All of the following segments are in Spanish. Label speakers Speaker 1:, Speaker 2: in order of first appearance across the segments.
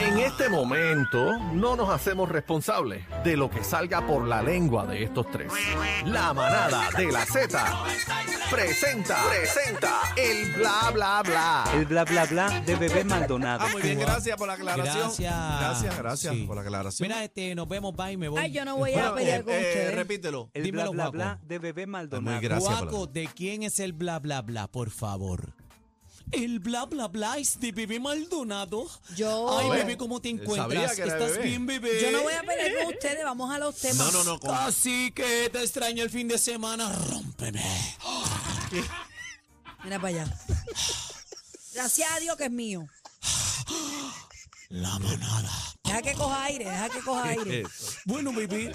Speaker 1: En este momento no nos hacemos responsables de lo que salga por la lengua de estos tres. La manada de la Z presenta, presenta el bla bla bla.
Speaker 2: El bla bla bla de bebé Maldonado.
Speaker 3: Ah, muy bien, gracias por la aclaración.
Speaker 4: Gracias.
Speaker 3: Gracias, gracias
Speaker 4: Sí.
Speaker 3: por la aclaración.
Speaker 4: Mira, este, nos vemos, bye, me voy.
Speaker 5: Ay, yo no voy
Speaker 3: Bueno,
Speaker 5: a pelear
Speaker 3: eh,
Speaker 5: con
Speaker 3: eh,
Speaker 5: ustedes.
Speaker 3: repítelo.
Speaker 2: El
Speaker 4: Dímelo,
Speaker 2: bla bla
Speaker 4: guapo.
Speaker 2: bla de bebé Maldonado.
Speaker 3: Muy gra- Gracias,
Speaker 4: Guaco,
Speaker 3: Paloma.
Speaker 4: ¿de quién es el bla, bla, bla, por favor? El bla, bla, bla es de bebé Maldonado.
Speaker 5: Yo-
Speaker 4: Ay,
Speaker 5: Bebé.
Speaker 4: bebé, ¿cómo te
Speaker 3: Él
Speaker 4: encuentras?
Speaker 3: eh, sabía que era
Speaker 4: ¿Estás
Speaker 3: bebé.
Speaker 4: bien, bebé?
Speaker 5: Yo no voy a pelear con ustedes, vamos a los temas.
Speaker 3: No, no, no. con-
Speaker 4: Así que te extraño el fin de semana, rómpeme.
Speaker 5: Mira para allá. Gracias a Dios que es mío.
Speaker 4: La manada.
Speaker 5: Deja que coja aire, deja que coja aire.
Speaker 4: Bueno, bebé,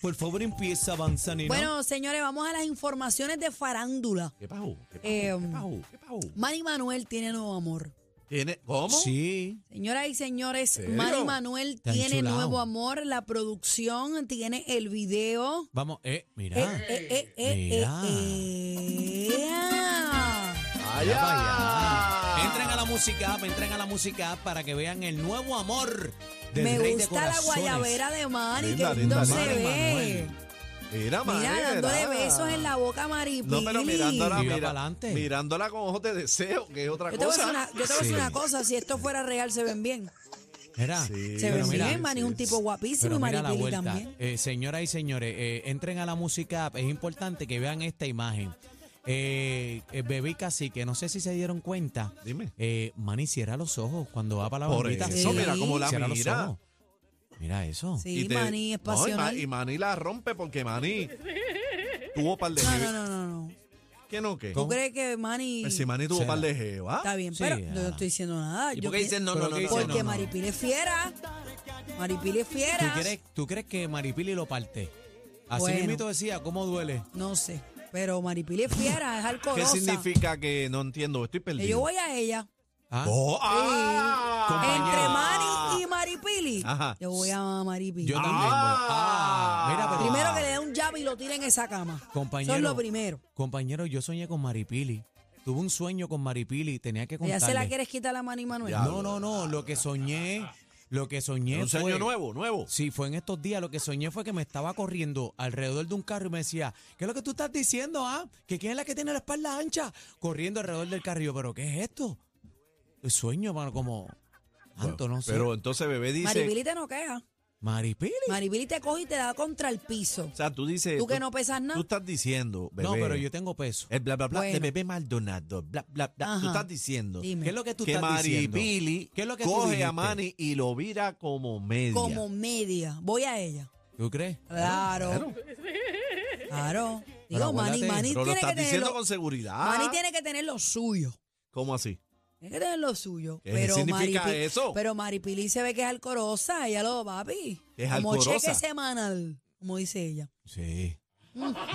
Speaker 4: por favor empieza a avanzar, nena.
Speaker 5: Bueno, señores, vamos a las informaciones de farándula.
Speaker 3: ¿Qué pau? ¿Qué pau?
Speaker 5: Eh,
Speaker 3: ¿Qué pau? ¿Qué pau?
Speaker 5: Manny Manuel tiene nuevo amor.
Speaker 3: ¿Tiene- ¿Cómo?
Speaker 4: Sí.
Speaker 5: Señoras y señores,
Speaker 3: ¿Serio?
Speaker 5: Manny Manuel
Speaker 4: Te han
Speaker 5: tiene
Speaker 4: chulao.
Speaker 5: nuevo amor. La producción tiene el video.
Speaker 4: Vamos, eh, mira.
Speaker 5: Eh, eh, eh, eh,
Speaker 4: Mira.
Speaker 5: eh, eh.
Speaker 3: Allá.
Speaker 4: Entren a la música app, entren a la música app para que vean el nuevo amor del
Speaker 5: Me
Speaker 4: rey de
Speaker 5: gusta la
Speaker 4: corazones.
Speaker 5: guayabera de Manny, que
Speaker 3: Linda,
Speaker 5: lindo
Speaker 3: linda,
Speaker 5: se
Speaker 3: linda.
Speaker 5: ve.
Speaker 4: Manuel.
Speaker 3: Mira,
Speaker 5: Mira,
Speaker 3: manera.
Speaker 5: dándole besos en la boca a Maripili.
Speaker 3: No, pero mirándola,
Speaker 4: Viva
Speaker 3: mira-
Speaker 4: pa'lante.
Speaker 3: mirándola con ojos de deseo, que es otra
Speaker 5: Yo te voy a
Speaker 3: cosa.
Speaker 5: decir una, yo te voy a decir una cosa, si esto fuera real se ven bien.
Speaker 4: Mira,
Speaker 3: Sí,
Speaker 5: Se
Speaker 4: pero
Speaker 5: ven
Speaker 4: mira,
Speaker 5: bien, Manny es un tipo guapísimo
Speaker 4: pero
Speaker 5: y
Speaker 4: mira la
Speaker 5: Maripili
Speaker 4: vuelta.
Speaker 5: también.
Speaker 4: Eh, señoras y señores, eh, entren a la música app. Es importante que vean esta imagen. Eh, eh, Bebé Cacique, no sé si se dieron cuenta.
Speaker 3: Dime.
Speaker 4: Eh, Manny, cierra los ojos cuando va para la
Speaker 3: Por
Speaker 4: bombita.
Speaker 3: eso,
Speaker 5: Sí. mira
Speaker 3: cómo la
Speaker 4: Cierra los
Speaker 3: mira.
Speaker 4: ojos. Mira eso.
Speaker 5: Sí,
Speaker 3: te-
Speaker 5: Manny es
Speaker 3: No, y Ma-
Speaker 5: pasional.
Speaker 3: y Manny la rompe porque Manny tuvo par de
Speaker 5: No,
Speaker 3: jeve-
Speaker 5: no, no, no, no.
Speaker 3: ¿Qué no qué?
Speaker 5: ¿Tú crees que Manny
Speaker 3: Pues si Manny tuvo
Speaker 4: Será.
Speaker 3: par de jeva.
Speaker 5: está bien?
Speaker 4: Sí,
Speaker 5: pero yo
Speaker 4: ah.
Speaker 5: no estoy diciendo nada. Yo pi-
Speaker 4: no, no, no, no,
Speaker 5: Porque
Speaker 4: no, no?
Speaker 5: Maripili es fiera. Maripili es
Speaker 4: ¿Tú
Speaker 5: fiera.
Speaker 4: crees, tú crees que Maripili lo parte? Así
Speaker 5: Bueno.
Speaker 4: mismito decía, ¿cómo duele?
Speaker 5: No sé, pero Maripili es fiera, es
Speaker 3: ¿Qué
Speaker 5: alcoholosa.
Speaker 3: significa que no entiendo? Estoy
Speaker 5: Que
Speaker 3: perdido.
Speaker 5: Yo voy a ella.
Speaker 4: ¿Ah?
Speaker 3: Oh, ah,
Speaker 5: Entre Manny y Maripili,
Speaker 3: Ajá.
Speaker 5: yo voy a Maripili.
Speaker 4: Yo también.
Speaker 3: Ah.
Speaker 4: Ah, mira, pero-
Speaker 5: Primero que le dé un jab y lo tire en esa cama.
Speaker 4: Compañero.
Speaker 5: Eso es lo primero.
Speaker 4: Compañero, yo soñé con Maripili. Tuve un sueño con Maripili, tenía que
Speaker 5: Ya
Speaker 4: contarle.
Speaker 5: se la quieres quitar la mano y Manuel.
Speaker 3: Ya.
Speaker 4: No, no, no, lo que soñé, lo que soñé
Speaker 3: Un sueño
Speaker 4: fue-
Speaker 3: nuevo, nuevo.
Speaker 4: Sí, fue en estos días, lo que soñé fue que me estaba corriendo alrededor de un carro y me decía, ¿qué es lo que tú estás diciendo, ah? ¿Que quién es la que tiene la espalda ancha? Corriendo alrededor del carro, Y yo, ¿pero qué es esto? El sueño, mano, como... Tanto, no sé.
Speaker 3: Pero entonces bebé dice,
Speaker 5: Maripili te no queja.
Speaker 4: Maripili.
Speaker 5: Maripili te coge y te da contra el piso.
Speaker 3: o sea, tú dices,
Speaker 5: Tú que no pesas nada.
Speaker 3: Tú estás diciendo, bebé.
Speaker 4: No, pero yo tengo peso.
Speaker 3: el bla bla bla de
Speaker 5: Bueno.
Speaker 3: bebé Maldonado, bla bla bla. Tú
Speaker 5: Ajá.
Speaker 3: estás diciendo
Speaker 5: Dime.
Speaker 4: ¿Qué es lo que tú
Speaker 3: que
Speaker 4: estás diciendo?
Speaker 3: Maripili
Speaker 4: ¿Qué es lo que tú
Speaker 3: coge a
Speaker 4: dijiste?
Speaker 3: Manny y lo vira como media.
Speaker 5: Como media. Voy a ella.
Speaker 4: ¿Tú crees?
Speaker 5: Claro. Claro. Digo, Manny,
Speaker 4: acuérdate,
Speaker 5: Manny
Speaker 3: pero lo
Speaker 5: tiene que
Speaker 3: estás
Speaker 5: tener
Speaker 3: diciendo
Speaker 5: lo,
Speaker 3: con Ah. seguridad.
Speaker 5: Manny tiene que tener lo suyo.
Speaker 3: ¿Cómo así?
Speaker 5: Tiene que tener lo suyo.
Speaker 3: ¿Qué
Speaker 5: pero
Speaker 3: significa
Speaker 5: Maripili,
Speaker 3: eso?
Speaker 5: Pero Maripili se ve que es alcorosa. Ella lo papi.
Speaker 3: Es
Speaker 5: como
Speaker 3: alcorosa.
Speaker 5: cheque semanal, como dice ella.
Speaker 4: Sí.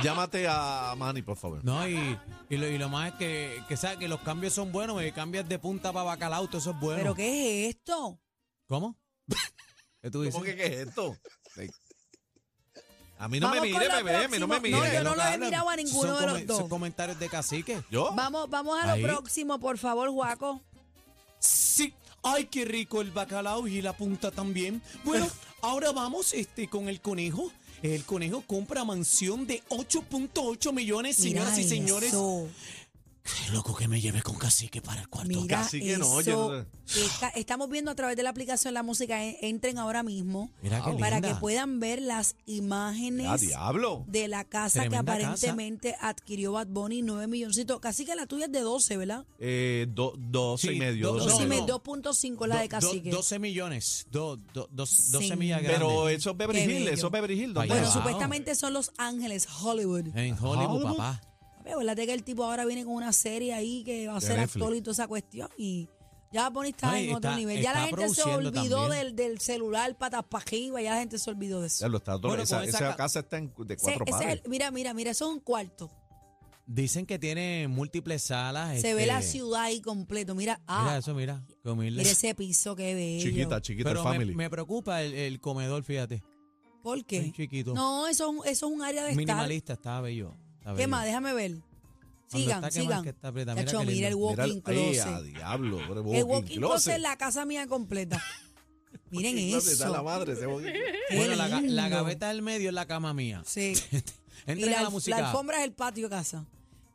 Speaker 3: Llámate a Manny, por favor.
Speaker 4: No, y, y lo, y lo más es que, que sabes que los cambios son buenos, me cambias de punta para bacalao, todo eso es bueno.
Speaker 5: ¿Pero qué es esto?
Speaker 4: ¿Cómo? ¿Qué tú dices?
Speaker 3: ¿Cómo que qué es esto? A mí no me
Speaker 5: Vamos con
Speaker 3: mire,
Speaker 5: lo
Speaker 3: bebé, a mí no me
Speaker 5: próximo. No,
Speaker 3: mire.
Speaker 5: yo no lo he
Speaker 4: hablan.
Speaker 5: mirado a ninguno
Speaker 4: Son
Speaker 5: de los
Speaker 4: come-
Speaker 5: dos.
Speaker 4: Son comentarios de cacique.
Speaker 3: ¿Yo?
Speaker 5: Vamos, vamos a lo
Speaker 4: Ahí.
Speaker 5: próximo, por favor, Juaco.
Speaker 4: Sí. Ay, qué rico el bacalao y la punta también. Bueno, ahora vamos este, con el conejo. El conejo compra mansión de 8.8 millones,
Speaker 5: Mira
Speaker 4: señoras y señores.
Speaker 5: eso.
Speaker 4: Qué loco que me lleve con cacique para el cuarto.
Speaker 5: Mira
Speaker 3: Casi que no, oye,
Speaker 5: eso.
Speaker 3: no
Speaker 5: Está- estamos viendo a través de la aplicación la música. E- Entren ahora mismo
Speaker 4: Mira qué
Speaker 5: para
Speaker 4: linda.
Speaker 5: que puedan ver las imágenes
Speaker 3: ¡Ah, diablo!
Speaker 5: de la casa
Speaker 4: Tremenda
Speaker 5: que
Speaker 4: casa.
Speaker 5: aparentemente adquirió Bad Bunny, 9 milloncitos. Casi que la tuya es de 12, ¿verdad?
Speaker 3: Eh, do- doce
Speaker 4: Sí,
Speaker 3: y medio.
Speaker 4: do-
Speaker 3: doce y
Speaker 4: doce no.
Speaker 5: Doce y
Speaker 3: medio.
Speaker 5: me- 2.5 la de
Speaker 4: Do- do-
Speaker 5: Cacique.
Speaker 4: 12 millones. Do- do- dos- 12
Speaker 5: Sí.
Speaker 4: millas grandes.
Speaker 3: Pero eso es Beverly
Speaker 5: Qué
Speaker 3: Hills,
Speaker 5: bello.
Speaker 3: eso es Beverly Hills.
Speaker 4: Ahí
Speaker 3: ¿dónde
Speaker 5: bueno,
Speaker 3: es?
Speaker 4: wow.
Speaker 5: supuestamente son Los Ángeles, Hollywood.
Speaker 4: En Hollywood,
Speaker 3: Hollywood.
Speaker 4: papá.
Speaker 5: Acuérdate que el tipo ahora viene con una serie ahí que va a
Speaker 3: De
Speaker 5: ser
Speaker 3: Netflix.
Speaker 5: actor y toda esa cuestión. Y Ya Bad Bunny está
Speaker 4: No, y
Speaker 5: en otro
Speaker 4: está-
Speaker 5: nivel. Ya la
Speaker 4: está
Speaker 5: gente se
Speaker 4: produciendo
Speaker 5: olvidó
Speaker 4: también.
Speaker 5: del, del celular patas para arriba, ya la gente se olvidó de eso.
Speaker 3: Ya lo está todo-
Speaker 4: Bueno,
Speaker 3: esa,
Speaker 4: con esa
Speaker 3: esa
Speaker 4: ca-
Speaker 3: casa está en, de
Speaker 5: Ese-
Speaker 3: cuatro
Speaker 5: ese es
Speaker 3: pares.
Speaker 5: el- mira, mira, mira, eso es un cuarto.
Speaker 4: Dicen que tiene múltiples salas.
Speaker 5: Se ve la
Speaker 4: este,
Speaker 5: ciudad ahí completo. Mira, ah,
Speaker 4: Mira eso, mira. con mil-
Speaker 5: mira ese piso, qué bello.
Speaker 3: Chiquita, chiquita, el
Speaker 4: Pero me,
Speaker 3: family.
Speaker 4: me preocupa el, el comedor, fíjate.
Speaker 5: ¿Por
Speaker 4: Muy
Speaker 5: qué?
Speaker 4: chiquito.
Speaker 5: No, eso, es un- eso es un área de estar.
Speaker 4: Minimalista, está bello. está
Speaker 5: ¿Qué
Speaker 4: bello.
Speaker 5: más? Déjame ver.
Speaker 4: Cuando
Speaker 5: Sigan,
Speaker 4: está quemado,
Speaker 5: sigan.
Speaker 4: que está aprieta, mira
Speaker 5: Chacho,
Speaker 4: qué
Speaker 5: mira el
Speaker 4: lindo.
Speaker 3: Mira,
Speaker 5: walking
Speaker 3: ay, a
Speaker 5: closet.
Speaker 3: diablo, el
Speaker 5: El walking closet es la casa mía completa. Miren
Speaker 3: Está la
Speaker 5: eso.
Speaker 3: madre ese walking closet.
Speaker 5: Qué
Speaker 4: Bueno, la, ga- la
Speaker 5: lindo.
Speaker 4: gaveta del medio es la cama mía.
Speaker 5: Sí. Y
Speaker 4: Entren
Speaker 5: la,
Speaker 4: a
Speaker 5: la
Speaker 4: la música.
Speaker 5: alfombra es el patio de casa.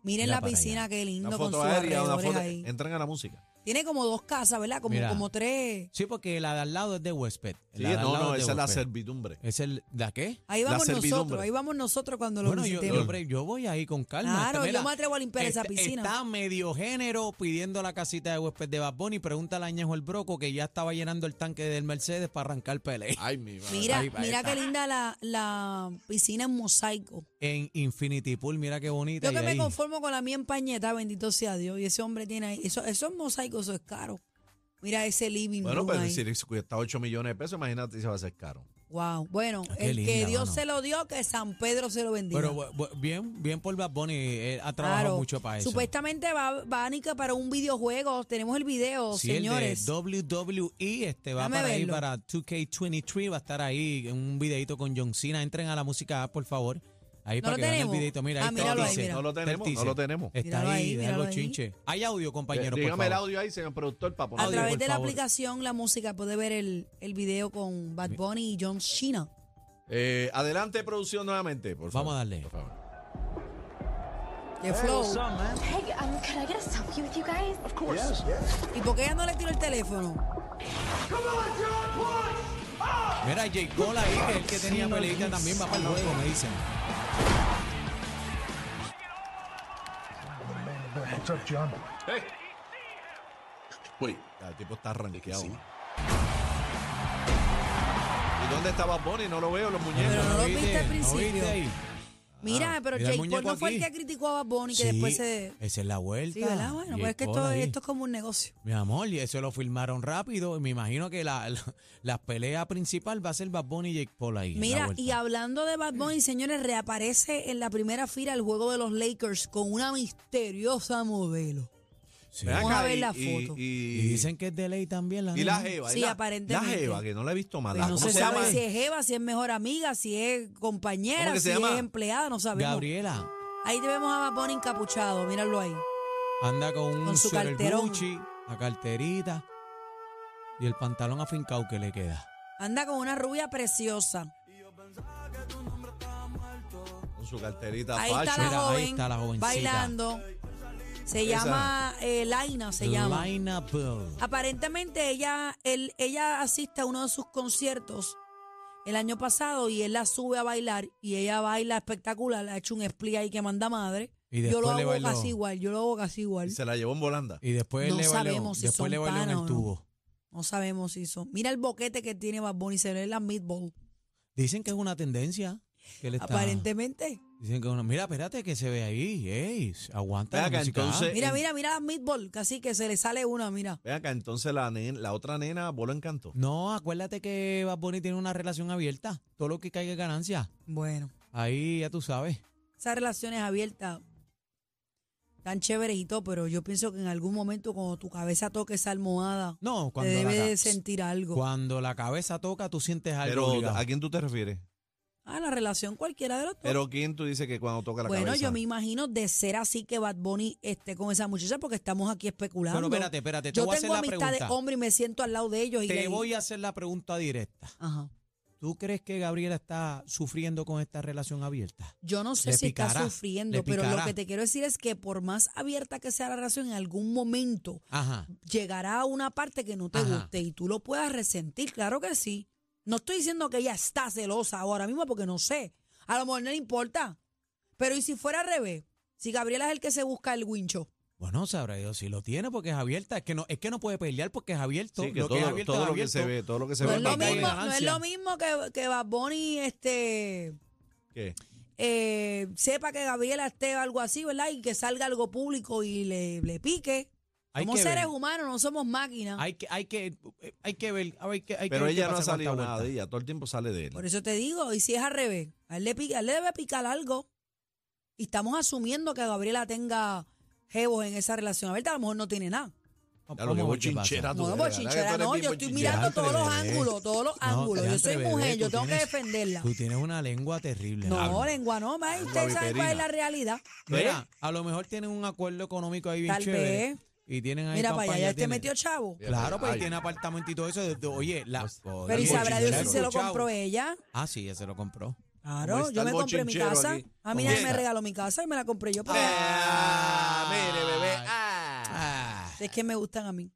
Speaker 5: Miren
Speaker 4: Mira
Speaker 5: la
Speaker 4: para
Speaker 5: piscina,
Speaker 4: allá.
Speaker 5: qué lindo
Speaker 3: Una
Speaker 5: con sus
Speaker 3: foto aérea, una
Speaker 5: alrededores
Speaker 3: foto.
Speaker 5: ahí.
Speaker 3: Entran a la música.
Speaker 5: Tiene como dos casas, ¿verdad? Como,
Speaker 4: Mira.
Speaker 5: como tres.
Speaker 4: Sí, porque la de al lado es de huésped.
Speaker 3: Sí,
Speaker 4: La de al
Speaker 3: no,
Speaker 4: lado
Speaker 3: no,
Speaker 4: de
Speaker 3: esa es la
Speaker 4: huésped.
Speaker 3: servidumbre.
Speaker 4: Es el, ¿La qué?
Speaker 5: Ahí
Speaker 3: La
Speaker 5: vamos nosotros,
Speaker 3: servidumbre.
Speaker 5: ahí vamos nosotros cuando lo
Speaker 4: Bueno, yo,
Speaker 5: visitemos.
Speaker 4: yo pre- yo voy ahí con calma.
Speaker 5: Claro,
Speaker 4: Esta-
Speaker 5: yo
Speaker 4: mira,
Speaker 5: me atrevo a limpiar esa
Speaker 4: está-
Speaker 5: piscina.
Speaker 4: Está medio género pidiendo la casita de huésped de Bad Bunny. Pregúntale a Ñejo el Broco que ya estaba llenando el tanque del Mercedes para arrancar pelea.
Speaker 3: Ay, mi madre.
Speaker 5: mira,
Speaker 4: ahí- ahí
Speaker 5: mira
Speaker 4: está.
Speaker 5: qué linda la, la piscina en mosaico.
Speaker 4: En Infinity Pool, mira qué bonita.
Speaker 5: Yo que
Speaker 4: y
Speaker 5: me
Speaker 4: ahí-
Speaker 5: conformo con la mía en pañeta, bendito sea Dios. Y ese hombre tiene ahí. Eso, eso es mosaico, eso es caro. Mira ese living
Speaker 3: Bueno,
Speaker 5: room
Speaker 3: pero
Speaker 5: ahí.
Speaker 3: si le cuesta 8 millones de pesos, imagínate si va a ser caro.
Speaker 5: Wow. Bueno,
Speaker 4: Ah, qué
Speaker 5: el que
Speaker 4: linda,
Speaker 5: Dios
Speaker 4: mano.
Speaker 5: se lo dio, que San Pedro se lo bendiga.
Speaker 4: Pero bu- bu- bien, bien por Bad Bunny. eh, ha trabajado
Speaker 5: Claro.
Speaker 4: mucho para eso.
Speaker 5: Supuestamente va, va Anika para un videojuego. Tenemos el video,
Speaker 4: Sí,
Speaker 5: señores.
Speaker 4: el de WWE este, va
Speaker 5: Déjame
Speaker 4: para ahí,
Speaker 5: verlo.
Speaker 4: para 2K23, va a estar ahí en un videito con John Cena. Entren a la música, por favor. Ahí
Speaker 5: No
Speaker 4: para
Speaker 5: lo
Speaker 4: que vean el
Speaker 5: tenemos.
Speaker 4: videito. Mira,
Speaker 5: Ah,
Speaker 4: ahí está el
Speaker 5: míralo ahí,
Speaker 4: teaser.
Speaker 5: mira.
Speaker 3: No lo
Speaker 4: Está el
Speaker 3: tenemos, no
Speaker 4: teaser.
Speaker 3: lo tenemos.
Speaker 4: Está
Speaker 5: Míralo ahí,
Speaker 4: ahí, déjalo
Speaker 5: míralo ahí.
Speaker 4: chinche. Hay audio, compañero, por
Speaker 3: Eh, Dígame el
Speaker 4: favor.
Speaker 3: audio ahí, señor productor, para
Speaker 5: A
Speaker 4: Audio,
Speaker 3: ponerlo.
Speaker 5: través
Speaker 4: por
Speaker 5: de la
Speaker 4: favor.
Speaker 5: aplicación La Música puede ver el, el video con Bad Bunny y John Cena.
Speaker 3: Eh, adelante, producción, nuevamente, por favor.
Speaker 4: Vamos a darle.
Speaker 3: Por favor.
Speaker 5: De Flow.
Speaker 6: Hey, um, can I get a selfie with you guys? Of course.
Speaker 5: ¿Y por qué ella no le tiró el teléfono?
Speaker 4: Mira, J. Cole ahí, que es el que tenía peleita también, va para el juego, me dicen.
Speaker 3: Ya, El tipo está ranqueado. ¿Y dónde estaba Bonnie? No lo veo, los
Speaker 5: Pero
Speaker 3: muñecos.
Speaker 5: no lo
Speaker 4: ¿Viste?
Speaker 5: viste al
Speaker 4: ¿No viste
Speaker 5: principio.
Speaker 4: ahí?
Speaker 5: Mira, pero
Speaker 4: Ah, mira el
Speaker 5: Jake Paul
Speaker 4: muñeco
Speaker 5: no fue el
Speaker 4: aquí.
Speaker 5: que criticó a Bad Bunny, que después se...
Speaker 4: Esa es la vuelta.
Speaker 5: Sí, ¿verdad? Bueno,
Speaker 4: J.
Speaker 5: pues es que esto,
Speaker 4: Cole ahí.
Speaker 5: esto es como un negocio.
Speaker 4: Mi amor, y eso lo filmaron rápido. Y me imagino que la, la, la pelea principal va a ser Bad Bunny y Jake Paul ahí. en la
Speaker 5: Mira,
Speaker 4: vuelta.
Speaker 5: y hablando de Bad Bunny, señores, reaparece en la primera fila el juego de los Lakers con una misteriosa modelo.
Speaker 4: Sí.
Speaker 3: Ven acá,
Speaker 5: Vamos a ver
Speaker 3: y-
Speaker 5: la
Speaker 3: y-
Speaker 5: foto.
Speaker 3: Y,
Speaker 4: Y dicen que es de ley también la
Speaker 3: y la
Speaker 4: nena.
Speaker 3: Jeva.
Speaker 5: Sí,
Speaker 3: la,
Speaker 5: aparentemente.
Speaker 3: La Jeva, que no la he visto más.
Speaker 5: Pues no
Speaker 3: ¿Cómo
Speaker 5: se,
Speaker 3: se,
Speaker 5: sabe
Speaker 3: llama?
Speaker 5: si es Eva, si es mejor amiga, si es compañera,
Speaker 3: ¿Cómo
Speaker 5: si
Speaker 3: que se llama?
Speaker 5: es empleada, no sabemos.
Speaker 4: Gabriela
Speaker 5: Ahí vemos a Bad Bunny encapuchado, míralo ahí.
Speaker 4: anda con un
Speaker 5: Con su
Speaker 4: suéter
Speaker 5: carterón.
Speaker 4: Gucci, la carterita y el pantalón afincado que le queda.
Speaker 5: Anda con una rubia preciosa.
Speaker 3: Con su carterita
Speaker 5: Ahí está la
Speaker 4: Mira, ahí
Speaker 5: joven
Speaker 4: está la jovencita.
Speaker 5: bailando. Se
Speaker 3: Esa.
Speaker 5: llama eh, Laina, se llama. Ah,
Speaker 4: Laina Bell.
Speaker 5: Aparentemente ella, él- ella asiste a uno de sus conciertos el año pasado y él la sube a bailar y ella baila espectacular, ha hecho un split ahí que manda madre.
Speaker 4: Y
Speaker 5: yo
Speaker 4: después
Speaker 5: lo
Speaker 4: le
Speaker 5: hago
Speaker 4: bailó.
Speaker 5: casi igual, yo lo hago casi igual.
Speaker 3: Y se la llevó en volanda.
Speaker 4: Y después
Speaker 5: No
Speaker 4: le bailó,
Speaker 5: sabemos si
Speaker 4: después
Speaker 5: son
Speaker 4: le bailó en
Speaker 5: pana
Speaker 4: el
Speaker 5: o no.
Speaker 4: tubo.
Speaker 5: No sabemos si son. Mira el boquete que tiene Bad Bunny, se ve la meatball.
Speaker 4: Dicen que es una tendencia que le está.
Speaker 5: Aparentemente.
Speaker 4: Dicen que es una, mira, espérate que se ve ahí, ey, aguanta
Speaker 3: Ven
Speaker 4: la
Speaker 3: acá,
Speaker 4: música. ¿ah?
Speaker 3: entonces-
Speaker 5: Mira,
Speaker 4: eh.
Speaker 3: en-
Speaker 5: mira, mira las meatball, casi que se le sale una, mira.
Speaker 3: Ven acá, entonces la, nen- la otra nena voló encanto.
Speaker 4: No, acuérdate que Bad Bunny tiene una relación abierta, todo lo que caiga es ganancia.
Speaker 5: Bueno,
Speaker 4: Ahí ya tú sabes.
Speaker 5: esas relaciones abiertas tan chéveres y todo, pero yo pienso que en algún momento cuando tu cabeza toque esa almohada,
Speaker 4: No,
Speaker 5: te
Speaker 4: cuando
Speaker 5: debe
Speaker 4: la,
Speaker 5: de
Speaker 4: ca-
Speaker 5: sentir algo.
Speaker 4: cuando la cabeza toca tú sientes algo.
Speaker 3: Pero,
Speaker 4: obligado.
Speaker 3: ¿a quién tú te refieres?
Speaker 5: Ah, la relación cualquiera de los
Speaker 4: Eh,
Speaker 5: dos.
Speaker 3: Pero, ¿quién tú dices que cuando toca la
Speaker 5: bueno,
Speaker 3: cabeza?
Speaker 5: yo me imagino de ser así que Bad Bunny esté con esa muchacha porque estamos aquí especulando.
Speaker 4: Pero espérate, espérate, te
Speaker 5: yo
Speaker 4: voy a hacer
Speaker 5: tengo
Speaker 4: la
Speaker 5: amistad de
Speaker 4: pregunta.
Speaker 5: hombre y me siento al lado de ellos. Y
Speaker 4: Te
Speaker 5: le-
Speaker 4: voy a hacer la pregunta directa.
Speaker 5: Ajá.
Speaker 4: ¿Tú crees que Gabriela está sufriendo con esta relación abierta?
Speaker 5: Yo no sé
Speaker 4: Le
Speaker 5: si está
Speaker 4: picará,
Speaker 5: sufriendo,
Speaker 4: le
Speaker 5: pero lo
Speaker 4: picará.
Speaker 5: que te quiero decir es que por más abierta que sea la relación, en algún momento
Speaker 4: Ajá.
Speaker 5: llegará a una parte que no te
Speaker 4: Ajá.
Speaker 5: guste y tú lo puedas resentir, claro que sí. No estoy diciendo que ella está celosa ahora mismo porque no sé. A lo mejor no le importa. Pero ¿y si fuera al revés? Si Gabriela es el que se busca el wincho.
Speaker 4: Bueno, sabrá Dios si lo tiene porque es abierta. Es que no, es que no puede pelear porque es abierto.
Speaker 3: Sí, que
Speaker 4: lo
Speaker 3: todo,
Speaker 4: que es abierto
Speaker 3: todo
Speaker 4: es
Speaker 3: lo que
Speaker 4: abierto.
Speaker 3: se ve, todo lo que se
Speaker 5: No
Speaker 3: ve.
Speaker 5: es,
Speaker 4: Pero
Speaker 5: lo
Speaker 3: en Bad Bunny-
Speaker 5: mismo, no es
Speaker 4: ganancia.
Speaker 5: lo mismo que, que Bad Bunny este,
Speaker 3: ¿Qué?
Speaker 5: eh, sepa que Gabriela esté o algo así, ¿verdad? Y que salga algo público y le, le pique.
Speaker 4: Hay
Speaker 5: Somos
Speaker 4: que
Speaker 5: seres
Speaker 4: ver.
Speaker 5: humanos, no somos máquinas.
Speaker 4: Hay que, hay que, hay que ver. a ver, que- hay que
Speaker 7: Pero
Speaker 4: ver qué
Speaker 7: ella no ha
Speaker 4: pasa con
Speaker 7: salido
Speaker 4: esta
Speaker 7: nada
Speaker 4: vuelta.
Speaker 7: de ella, todo el tiempo sale de él.
Speaker 5: Por eso te digo, y si es al revés, a él le, pica, a él le debe picar algo. Y estamos asumiendo que Gabriela tenga jevos en esa relación. A ver, a lo mejor no tiene nada.
Speaker 7: Ya lo que
Speaker 4: Vamos a
Speaker 7: voy
Speaker 4: ver qué pasa.
Speaker 7: chinchera, Ah, tú
Speaker 5: No,
Speaker 7: de
Speaker 5: pues
Speaker 7: verdad que tú
Speaker 5: chinchera,
Speaker 7: eres
Speaker 5: no,
Speaker 7: bien
Speaker 5: yo estoy
Speaker 7: bochinchera.
Speaker 5: mirando todos los
Speaker 4: bebé.
Speaker 5: ángulos, todos los
Speaker 4: No,
Speaker 5: ángulos. Yo
Speaker 4: Leandro,
Speaker 5: soy
Speaker 4: bebé,
Speaker 5: mujer, yo
Speaker 4: tú
Speaker 5: tengo que
Speaker 4: tienes-
Speaker 5: defenderla.
Speaker 4: Tú tienes una lengua terrible.
Speaker 5: No,
Speaker 4: Leandro.
Speaker 5: lengua no, ma, usted sabe cuál
Speaker 7: viperina.
Speaker 5: es la realidad.
Speaker 4: Mira, a lo mejor tienen un acuerdo económico ahí bien
Speaker 5: Tal
Speaker 4: chévere.
Speaker 5: vez.
Speaker 4: Y tienen ahí
Speaker 5: Mira, para
Speaker 4: campaña,
Speaker 5: allá este
Speaker 4: tienen-
Speaker 5: metió chavo.
Speaker 4: Claro, pues
Speaker 1: Ay.
Speaker 4: tiene apartamento y todo eso. de- de- oye, la.
Speaker 5: Pues, Pero y
Speaker 4: oye,
Speaker 5: sabrá Dios si
Speaker 4: chinchero.
Speaker 5: se lo compró ella.
Speaker 4: Ah, sí, ella se lo compró.
Speaker 5: Claro,
Speaker 7: está
Speaker 5: yo
Speaker 7: el
Speaker 5: me compré mi
Speaker 7: bochinchero
Speaker 5: casa.
Speaker 7: aquí?
Speaker 5: A mí
Speaker 7: ¿Cómo
Speaker 5: nadie me
Speaker 7: está?
Speaker 5: regaló mi casa y me la compré yo. Para
Speaker 7: Ah, mire, bebé. Ah.
Speaker 4: Ah,
Speaker 5: Es que me gustan a mí.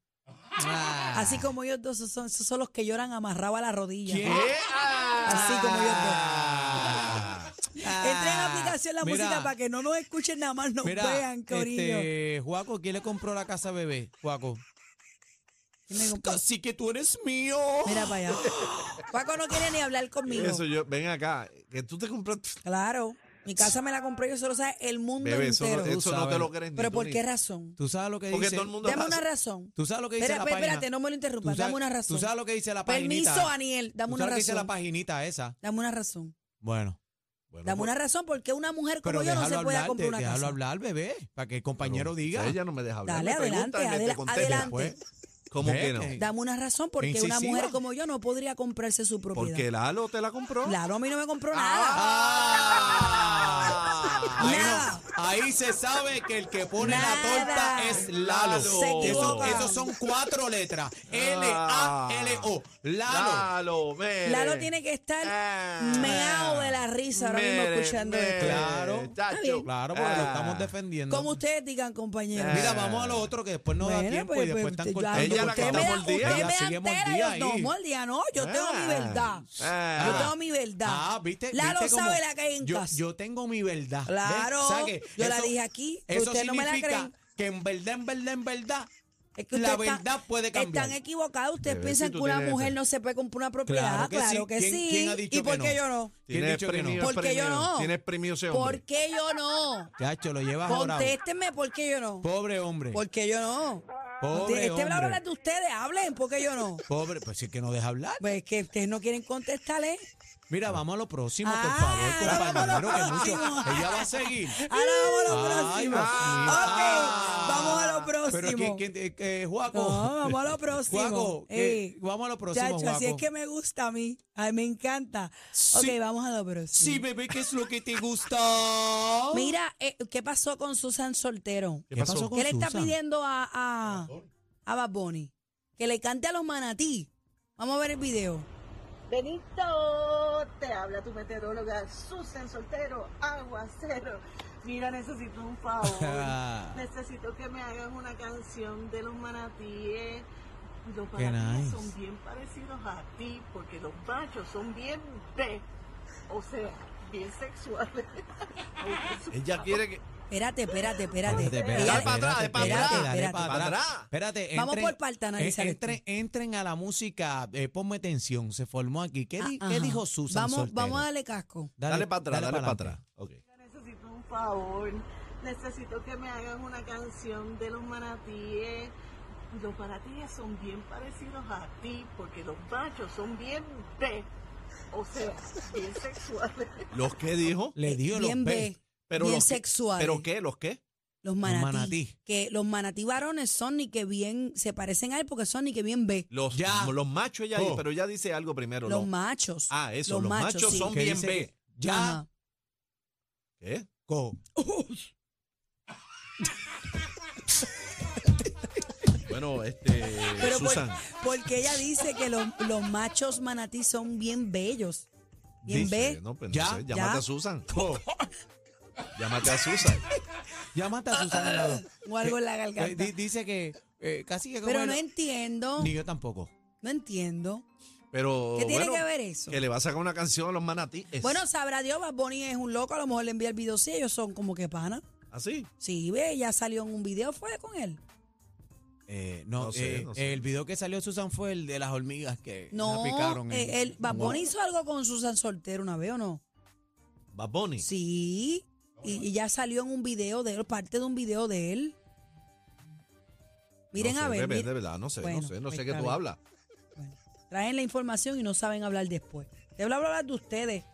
Speaker 4: ah.
Speaker 5: Así como ellos dos, esos son, esos son los que lloran amarrados a la rodilla.
Speaker 4: ¿Qué?
Speaker 5: Así como ellos dos.
Speaker 4: Ah.
Speaker 5: Entra en aplicación la
Speaker 4: Mira,
Speaker 5: música para que no nos escuchen nada más, nos
Speaker 4: Mira,
Speaker 5: vean, corillo.
Speaker 4: este, Juaco, ¿quién le compró la casa a bebé? Juaco.
Speaker 5: ¿Quién me compró?
Speaker 4: Casi que tú eres mío.
Speaker 5: Mira para allá. Paco no quiere ni hablar conmigo.
Speaker 7: Eso yo, ven acá, que tú te compraste.
Speaker 5: Claro, mi casa me la compré yo, solo sabe el mundo
Speaker 7: Bebé, eso, no,
Speaker 5: entero.
Speaker 7: eso no te
Speaker 4: sabes.
Speaker 7: lo crees ni
Speaker 5: Pero
Speaker 7: tú
Speaker 5: ¿por
Speaker 7: ni-
Speaker 5: qué razón?
Speaker 4: Tú sabes lo que
Speaker 7: Porque
Speaker 4: dice.
Speaker 7: todo el mundo
Speaker 5: Dame
Speaker 7: pasa-
Speaker 5: una razón.
Speaker 4: Tú sabes lo que dice
Speaker 5: Espera,
Speaker 4: la
Speaker 5: espera,
Speaker 4: página.
Speaker 5: espérate, no me lo
Speaker 4: Tú
Speaker 5: interrumpas.
Speaker 4: sabes-
Speaker 5: Dame una razón.
Speaker 4: Tú sabes lo que dice la paginita.
Speaker 5: Permiso, Aniel, dame
Speaker 4: ¿Tú
Speaker 5: una
Speaker 4: sabes lo que dice
Speaker 5: razón.
Speaker 4: la paginita esa?
Speaker 5: Dame una razón.
Speaker 4: Bueno.
Speaker 7: Bueno,
Speaker 5: Dame
Speaker 7: pues,
Speaker 5: una razón porque una mujer como
Speaker 4: Pero
Speaker 5: yo no
Speaker 4: déjalo
Speaker 5: se puede
Speaker 4: hablar,
Speaker 5: comprar una
Speaker 4: de- déjalo
Speaker 5: casa.
Speaker 4: hablar, bebé, para que el compañero diga.
Speaker 7: Ella no me deja hablar.
Speaker 5: Dale,
Speaker 7: me pregunta
Speaker 5: adelante,
Speaker 7: y me
Speaker 5: adela-
Speaker 7: te contesto.
Speaker 5: adelante.
Speaker 4: Pues,
Speaker 7: ¿Cómo
Speaker 4: Ve,
Speaker 7: que no?
Speaker 4: eh,
Speaker 5: Dame una razón porque una
Speaker 4: Incisiva.
Speaker 5: mujer como yo no podría comprarse su propiedad.
Speaker 7: Porque Lalo te la compró.
Speaker 5: Claro, a mí no me compró
Speaker 4: Ah. Ahí,
Speaker 5: Nada.
Speaker 4: no- ahí se sabe que el que pone
Speaker 5: Nada.
Speaker 4: la torta es Lalo.
Speaker 5: Se
Speaker 4: Eso-
Speaker 5: equivocan.
Speaker 4: Esos son cuatro letras.
Speaker 7: Ah.
Speaker 4: L-A-L-O. Lalo.
Speaker 7: Lalo, mire.
Speaker 5: nada. Lalo tiene que estar
Speaker 7: Ah.
Speaker 5: meado de la risa ahora mismo
Speaker 7: Mere,
Speaker 5: escuchando
Speaker 7: mere,
Speaker 5: esto.
Speaker 4: Claro.
Speaker 7: chacho.
Speaker 5: Está bien.
Speaker 4: Claro, porque lo
Speaker 7: Ah.
Speaker 4: estamos defendiendo.
Speaker 5: Como ustedes digan, compañeros.
Speaker 4: Mira, vamos a lo otro que después no da
Speaker 5: Bueno,
Speaker 4: tiempo
Speaker 5: pues,
Speaker 4: y después
Speaker 5: pues,
Speaker 4: están
Speaker 5: yo-
Speaker 4: cortando.
Speaker 7: Ella la
Speaker 4: porque
Speaker 7: que
Speaker 5: ustedes
Speaker 7: está
Speaker 5: me dan-
Speaker 7: mordida.
Speaker 5: ustedes me
Speaker 4: Ella
Speaker 5: dan
Speaker 4: sigue mordida
Speaker 5: tela, yo
Speaker 4: ahí.
Speaker 5: no, mordida no, yo tengo mi verdad.
Speaker 7: Ah.
Speaker 5: Yo tengo mi verdad.
Speaker 4: Ah, ¿viste?
Speaker 5: Lalo
Speaker 4: ¿Viste cómo-
Speaker 5: sabe la que hay en
Speaker 4: yo,
Speaker 5: casa.
Speaker 4: Yo tengo mi verdad. ¿ves?
Speaker 5: Claro,
Speaker 4: O sea que
Speaker 5: yo la dije aquí, pero
Speaker 4: Eso
Speaker 5: ustedes no me la
Speaker 4: significa
Speaker 5: creen.
Speaker 4: que en verdad, en verdad, en verdad,
Speaker 5: Es que
Speaker 4: la
Speaker 5: ustedes están-
Speaker 4: verdad puede cambiar.
Speaker 5: Están equivocados. Ustedes
Speaker 7: Bebé,
Speaker 5: piensan
Speaker 7: si tú
Speaker 5: que una
Speaker 7: tienes-
Speaker 5: mujer no se puede comprar una propiedad. Claro que, sí.
Speaker 4: ¿Quién- quién ha dicho
Speaker 5: ¿Y por
Speaker 4: que
Speaker 5: qué
Speaker 4: no?
Speaker 5: yo no?
Speaker 4: ¿Quién ha
Speaker 7: Tiene
Speaker 4: dicho que no?
Speaker 7: premio,
Speaker 5: ¿Por qué yo no?
Speaker 7: Tiene premio ese hombre.
Speaker 5: ¿Por qué yo no?
Speaker 4: Chacho, lo llevas ahora.
Speaker 5: Contéstenme por qué yo no.
Speaker 4: Pobre hombre.
Speaker 5: ¿Por qué yo no?
Speaker 4: Pobre
Speaker 5: este bla bla
Speaker 4: hombre.
Speaker 5: bla de ustedes, hablen, ¿por qué yo no?
Speaker 4: Pobre, pues sí que no deja hablar.
Speaker 5: Pues que ustedes no quieren ¿eh? contestarle.
Speaker 4: Mira, vamos a lo próximo,
Speaker 5: Ah,
Speaker 4: por favor,
Speaker 5: ahora
Speaker 4: compañero,
Speaker 5: vamos a
Speaker 4: que
Speaker 5: lo
Speaker 4: mucho.
Speaker 5: próximo.
Speaker 4: Ella va a seguir.
Speaker 5: Ahora vamos a lo
Speaker 4: Ay,
Speaker 5: próximo.
Speaker 4: Dios mío.
Speaker 5: ok, vamos a lo próximo.
Speaker 4: Pero ¿quién, quién, eh, eh, Juaco?
Speaker 5: No, vamos a lo próximo.
Speaker 4: Juaco, que-
Speaker 5: Ey.
Speaker 4: vamos a lo próximo,
Speaker 5: Chacho, así
Speaker 4: Juaco.
Speaker 5: es que me gusta a mí. Ay, me encanta.
Speaker 4: Sí.
Speaker 5: Ok, vamos a lo próximo.
Speaker 4: Sí, bebé, ¿qué es lo que te gusta?
Speaker 5: Mira, eh, ¿qué pasó con Susan Soltero?
Speaker 4: ¿Qué pasó con
Speaker 5: ¿Qué le está
Speaker 4: Susan?
Speaker 5: pidiendo a, a, a Bad Bunny? Que le cante a los manatí. Vamos a ver el video.
Speaker 8: Benito, te habla tu meteoróloga Susan Soltero, aguacero. Mira, necesito un favor. necesito que me hagas una canción de los manatíes. Los
Speaker 4: Qué
Speaker 8: manatíes
Speaker 4: nice.
Speaker 8: son bien parecidos a ti, porque los machos son bien B, o sea, bien sexuales.
Speaker 7: Ella quiere que.
Speaker 5: Espérate, espérate, espérate.
Speaker 4: Espérate, espérate,
Speaker 5: Ella-
Speaker 7: Dale para atrás,
Speaker 4: espérate,
Speaker 5: dale para
Speaker 4: espérate,
Speaker 5: atrás.
Speaker 4: dale para
Speaker 7: Para
Speaker 4: atrás.
Speaker 7: atrás.
Speaker 4: Espérate,
Speaker 5: Vamos
Speaker 4: entren-
Speaker 5: por parte a analizar
Speaker 4: eh,
Speaker 5: esto.
Speaker 4: entren, entren a la música, eh, ponme tensión, se formó aquí. ¿Qué, di-
Speaker 5: Ah,
Speaker 4: qué
Speaker 5: ajá.
Speaker 4: dijo Susan
Speaker 5: vamos,
Speaker 4: Soltero?
Speaker 5: Vamos a darle casco.
Speaker 7: Dale, para atrás, dale, para atrás.
Speaker 4: adelante.
Speaker 7: Ok.
Speaker 8: Necesito un favor. Necesito que me hagas una canción de los manatíes. Los manatíes son bien parecidos a ti porque los machos son bien B. O sea, bien sexuales.
Speaker 7: ¿Los qué dijo?
Speaker 4: Le dio los
Speaker 5: Eh, bien
Speaker 4: B.
Speaker 5: B,
Speaker 7: Pero
Speaker 5: bien
Speaker 7: los que-
Speaker 5: sexual.
Speaker 7: ¿Pero qué? ¿Los qué?
Speaker 5: Los manatí,
Speaker 4: manatí.
Speaker 5: Que los manatí varones son ni que bien se parecen a él porque son ni que bien B.
Speaker 7: Los,
Speaker 4: Ya.
Speaker 7: los machos ella dijo,
Speaker 4: Oh.
Speaker 7: pero ella dice algo primero.
Speaker 5: Los
Speaker 7: ¿no?
Speaker 5: machos.
Speaker 7: Ah, eso, los machos son
Speaker 4: Que
Speaker 7: Bien
Speaker 4: dice
Speaker 7: B.
Speaker 4: que Ya.
Speaker 5: Ajá.
Speaker 7: ¿Qué?
Speaker 4: co-
Speaker 7: Bueno, este.
Speaker 5: Pero por-
Speaker 7: Susan.
Speaker 5: porque ella dice que los, los machos manatí son bien bellos. Bien
Speaker 7: Dice,
Speaker 5: B.
Speaker 7: No, pues no
Speaker 4: Ya,
Speaker 7: sé,
Speaker 5: ya.
Speaker 7: Llámate a Susan. Llámate a Susan.
Speaker 4: Llámate a Susan al lado.
Speaker 5: O algo en la
Speaker 4: Eh,
Speaker 5: garganta.
Speaker 4: di- dice que eh, casi que... como
Speaker 5: Pero
Speaker 4: el-
Speaker 5: no entiendo.
Speaker 4: Ni yo tampoco.
Speaker 5: No entiendo.
Speaker 7: Pero.
Speaker 5: ¿Qué
Speaker 3: Oh,
Speaker 5: tiene
Speaker 7: bueno,
Speaker 5: que ver eso?
Speaker 7: Que le va a sacar una canción a los manatíes.
Speaker 5: Bueno, sabrá Dios, Bad Bunny es un loco. A lo mejor le envía el video. Sí, ellos son como que pana.
Speaker 7: ¿Así?
Speaker 5: Sí, ve, ella salió en un video, fue con él.
Speaker 4: Eh, no,
Speaker 7: No sé, no
Speaker 4: eh,
Speaker 7: sé.
Speaker 4: el video que salió de Susan fue el de las hormigas que
Speaker 5: No,
Speaker 4: la picaron. en-
Speaker 5: eh, el, Bad
Speaker 4: como-
Speaker 5: Bunny hizo algo con Susan Soltero una vez, ¿o no?
Speaker 7: Bad Bunny.
Speaker 5: Sí, y, y ya salió en un video de él, parte de un video de él. Miren
Speaker 3: No sé,
Speaker 5: a ver.
Speaker 3: bebé,
Speaker 5: miren.
Speaker 3: de verdad, no sé,
Speaker 5: Bueno,
Speaker 3: no sé, no
Speaker 5: pues
Speaker 3: sé qué
Speaker 5: está
Speaker 3: tú
Speaker 5: bien.
Speaker 3: hablas.
Speaker 5: Traen la información y no saben hablar después. Te hablo hablar de ustedes.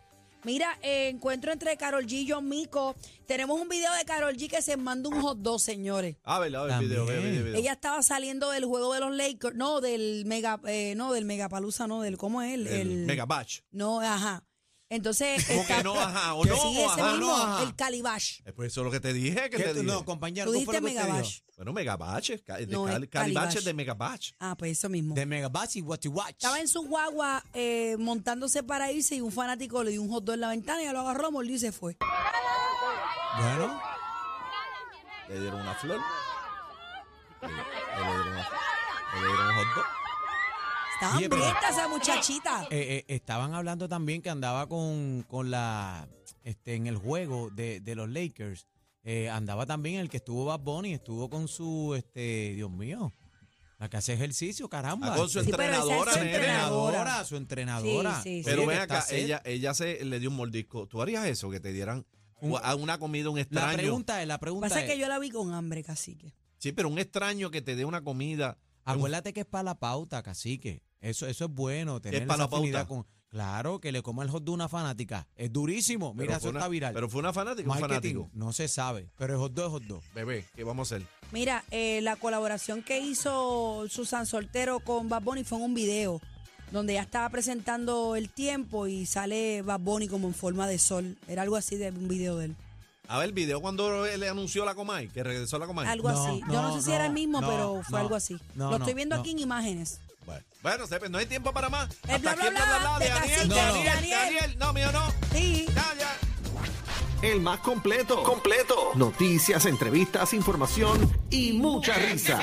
Speaker 5: Mira, eh, encuentro entre Carol G y John Mico. Tenemos un video de Carol G que se manda un hot dog, señores.
Speaker 3: Ah, verdad, el video, ve, ve,
Speaker 4: También.
Speaker 3: ve, video.
Speaker 5: Ella estaba saliendo del juego de los Lakers, no del mega, eh, no del Megapalusa, no del cómo es el,
Speaker 3: el,
Speaker 5: el-
Speaker 3: Mega Batch.
Speaker 5: no, ajá. Entonces
Speaker 3: ¿Cómo
Speaker 5: está-
Speaker 3: que no, ajá, o no,
Speaker 5: sí,
Speaker 3: o
Speaker 5: ese
Speaker 3: ajá,
Speaker 5: mismo,
Speaker 3: no, ajá?
Speaker 5: el Calibash.
Speaker 3: Eh, Pues eso es lo que te dije, que
Speaker 4: ¿Qué
Speaker 3: te
Speaker 4: tú-
Speaker 3: dije.
Speaker 4: no, compañero,
Speaker 5: Tú
Speaker 4: ¿qué fue
Speaker 5: dijiste
Speaker 4: lo que usted dijo?
Speaker 5: Megabash.
Speaker 3: Bueno, Mega Batch, es ca- de
Speaker 5: No, es
Speaker 3: cal- Calibache
Speaker 5: Calibache.
Speaker 3: de Mega Batch.
Speaker 5: Ah, pues eso mismo.
Speaker 4: De Megabash y What You Watch.
Speaker 5: Estaba en su guagua eh, montándose para irse y un fanático le dio un hot dog en la ventana y ella lo agarró, mordió y se fue.
Speaker 4: Bueno,
Speaker 3: Le dieron una flor. Le, le dieron una flor. Le dieron un hot dog.
Speaker 5: Estaba
Speaker 4: Oye, pero-
Speaker 5: hambrienta esa muchachita.
Speaker 4: eh, eh, estaban hablando también que andaba con, con la. Este, en el juego de, de los Lakers. eh, andaba también el que estuvo Bad Bunny, estuvo con su. este Dios mío. La que hace ejercicio, caramba.
Speaker 3: Ah, con su
Speaker 5: Sí, pero esa es su
Speaker 3: entrenadora,
Speaker 4: Su
Speaker 3: nene.
Speaker 5: entrenadora.
Speaker 4: su entrenadora.
Speaker 5: Sí, sí, sí.
Speaker 3: Pero
Speaker 4: Oye,
Speaker 3: ven
Speaker 4: que está
Speaker 3: acá,
Speaker 4: set.
Speaker 3: ella, ella se le dio un mordisco. ¿Tú harías eso? Que te dieran
Speaker 4: Un-
Speaker 3: a una comida un
Speaker 4: La
Speaker 3: extraño.
Speaker 4: pregunta es, la pregunta
Speaker 5: Pasa
Speaker 4: es,
Speaker 5: que yo la vi con hambre, cacique.
Speaker 3: Sí, pero un extraño que te dé una comida.
Speaker 4: acuérdate que es para la pauta, cacique. Eso, eso es bueno, tener
Speaker 3: pa'
Speaker 4: esa
Speaker 3: la pauta?
Speaker 4: afinidad con... Claro, que le coma el hot de una fanática. Es durísimo.
Speaker 3: Pero
Speaker 4: Mira,
Speaker 3: fue
Speaker 4: eso
Speaker 3: una-
Speaker 4: está viral.
Speaker 3: Pero fue una fanática, un
Speaker 4: Marketing,
Speaker 3: fanático.
Speaker 4: no se sabe, pero el hot dog es hot dog.
Speaker 3: Bebé, ¿qué vamos a hacer?
Speaker 5: Mira, eh, la colaboración que hizo Susan Soltero con Bad Bunny fue en un video donde ella estaba presentando el tiempo y sale Bad Bunny como en forma de sol. Era algo así de un video de él.
Speaker 3: A ver, el video cuando él le anunció a la Comay, que regresó a la Comay.
Speaker 5: Algo
Speaker 4: No,
Speaker 5: así. Yo no,
Speaker 4: no,
Speaker 5: sé si era el
Speaker 4: no,
Speaker 5: mismo,
Speaker 4: no,
Speaker 5: pero
Speaker 4: no,
Speaker 5: fue algo así.
Speaker 4: no,
Speaker 5: Lo estoy
Speaker 4: no,
Speaker 5: viendo
Speaker 4: no.
Speaker 5: aquí en imágenes.
Speaker 3: Bueno, bueno, Sepe, no hay tiempo para más.
Speaker 5: El
Speaker 3: Hasta
Speaker 5: bla,
Speaker 3: aquí
Speaker 5: bla, bla de
Speaker 3: de Daniel,
Speaker 5: Cacique,
Speaker 3: Daniel,
Speaker 5: Daniel.
Speaker 3: Daniel, No, mío no.
Speaker 5: Sí.
Speaker 3: Ya, ya.
Speaker 1: El más completo. Completo. Noticias, entrevistas, información y mucha risa.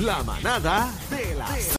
Speaker 1: La manada de la Z.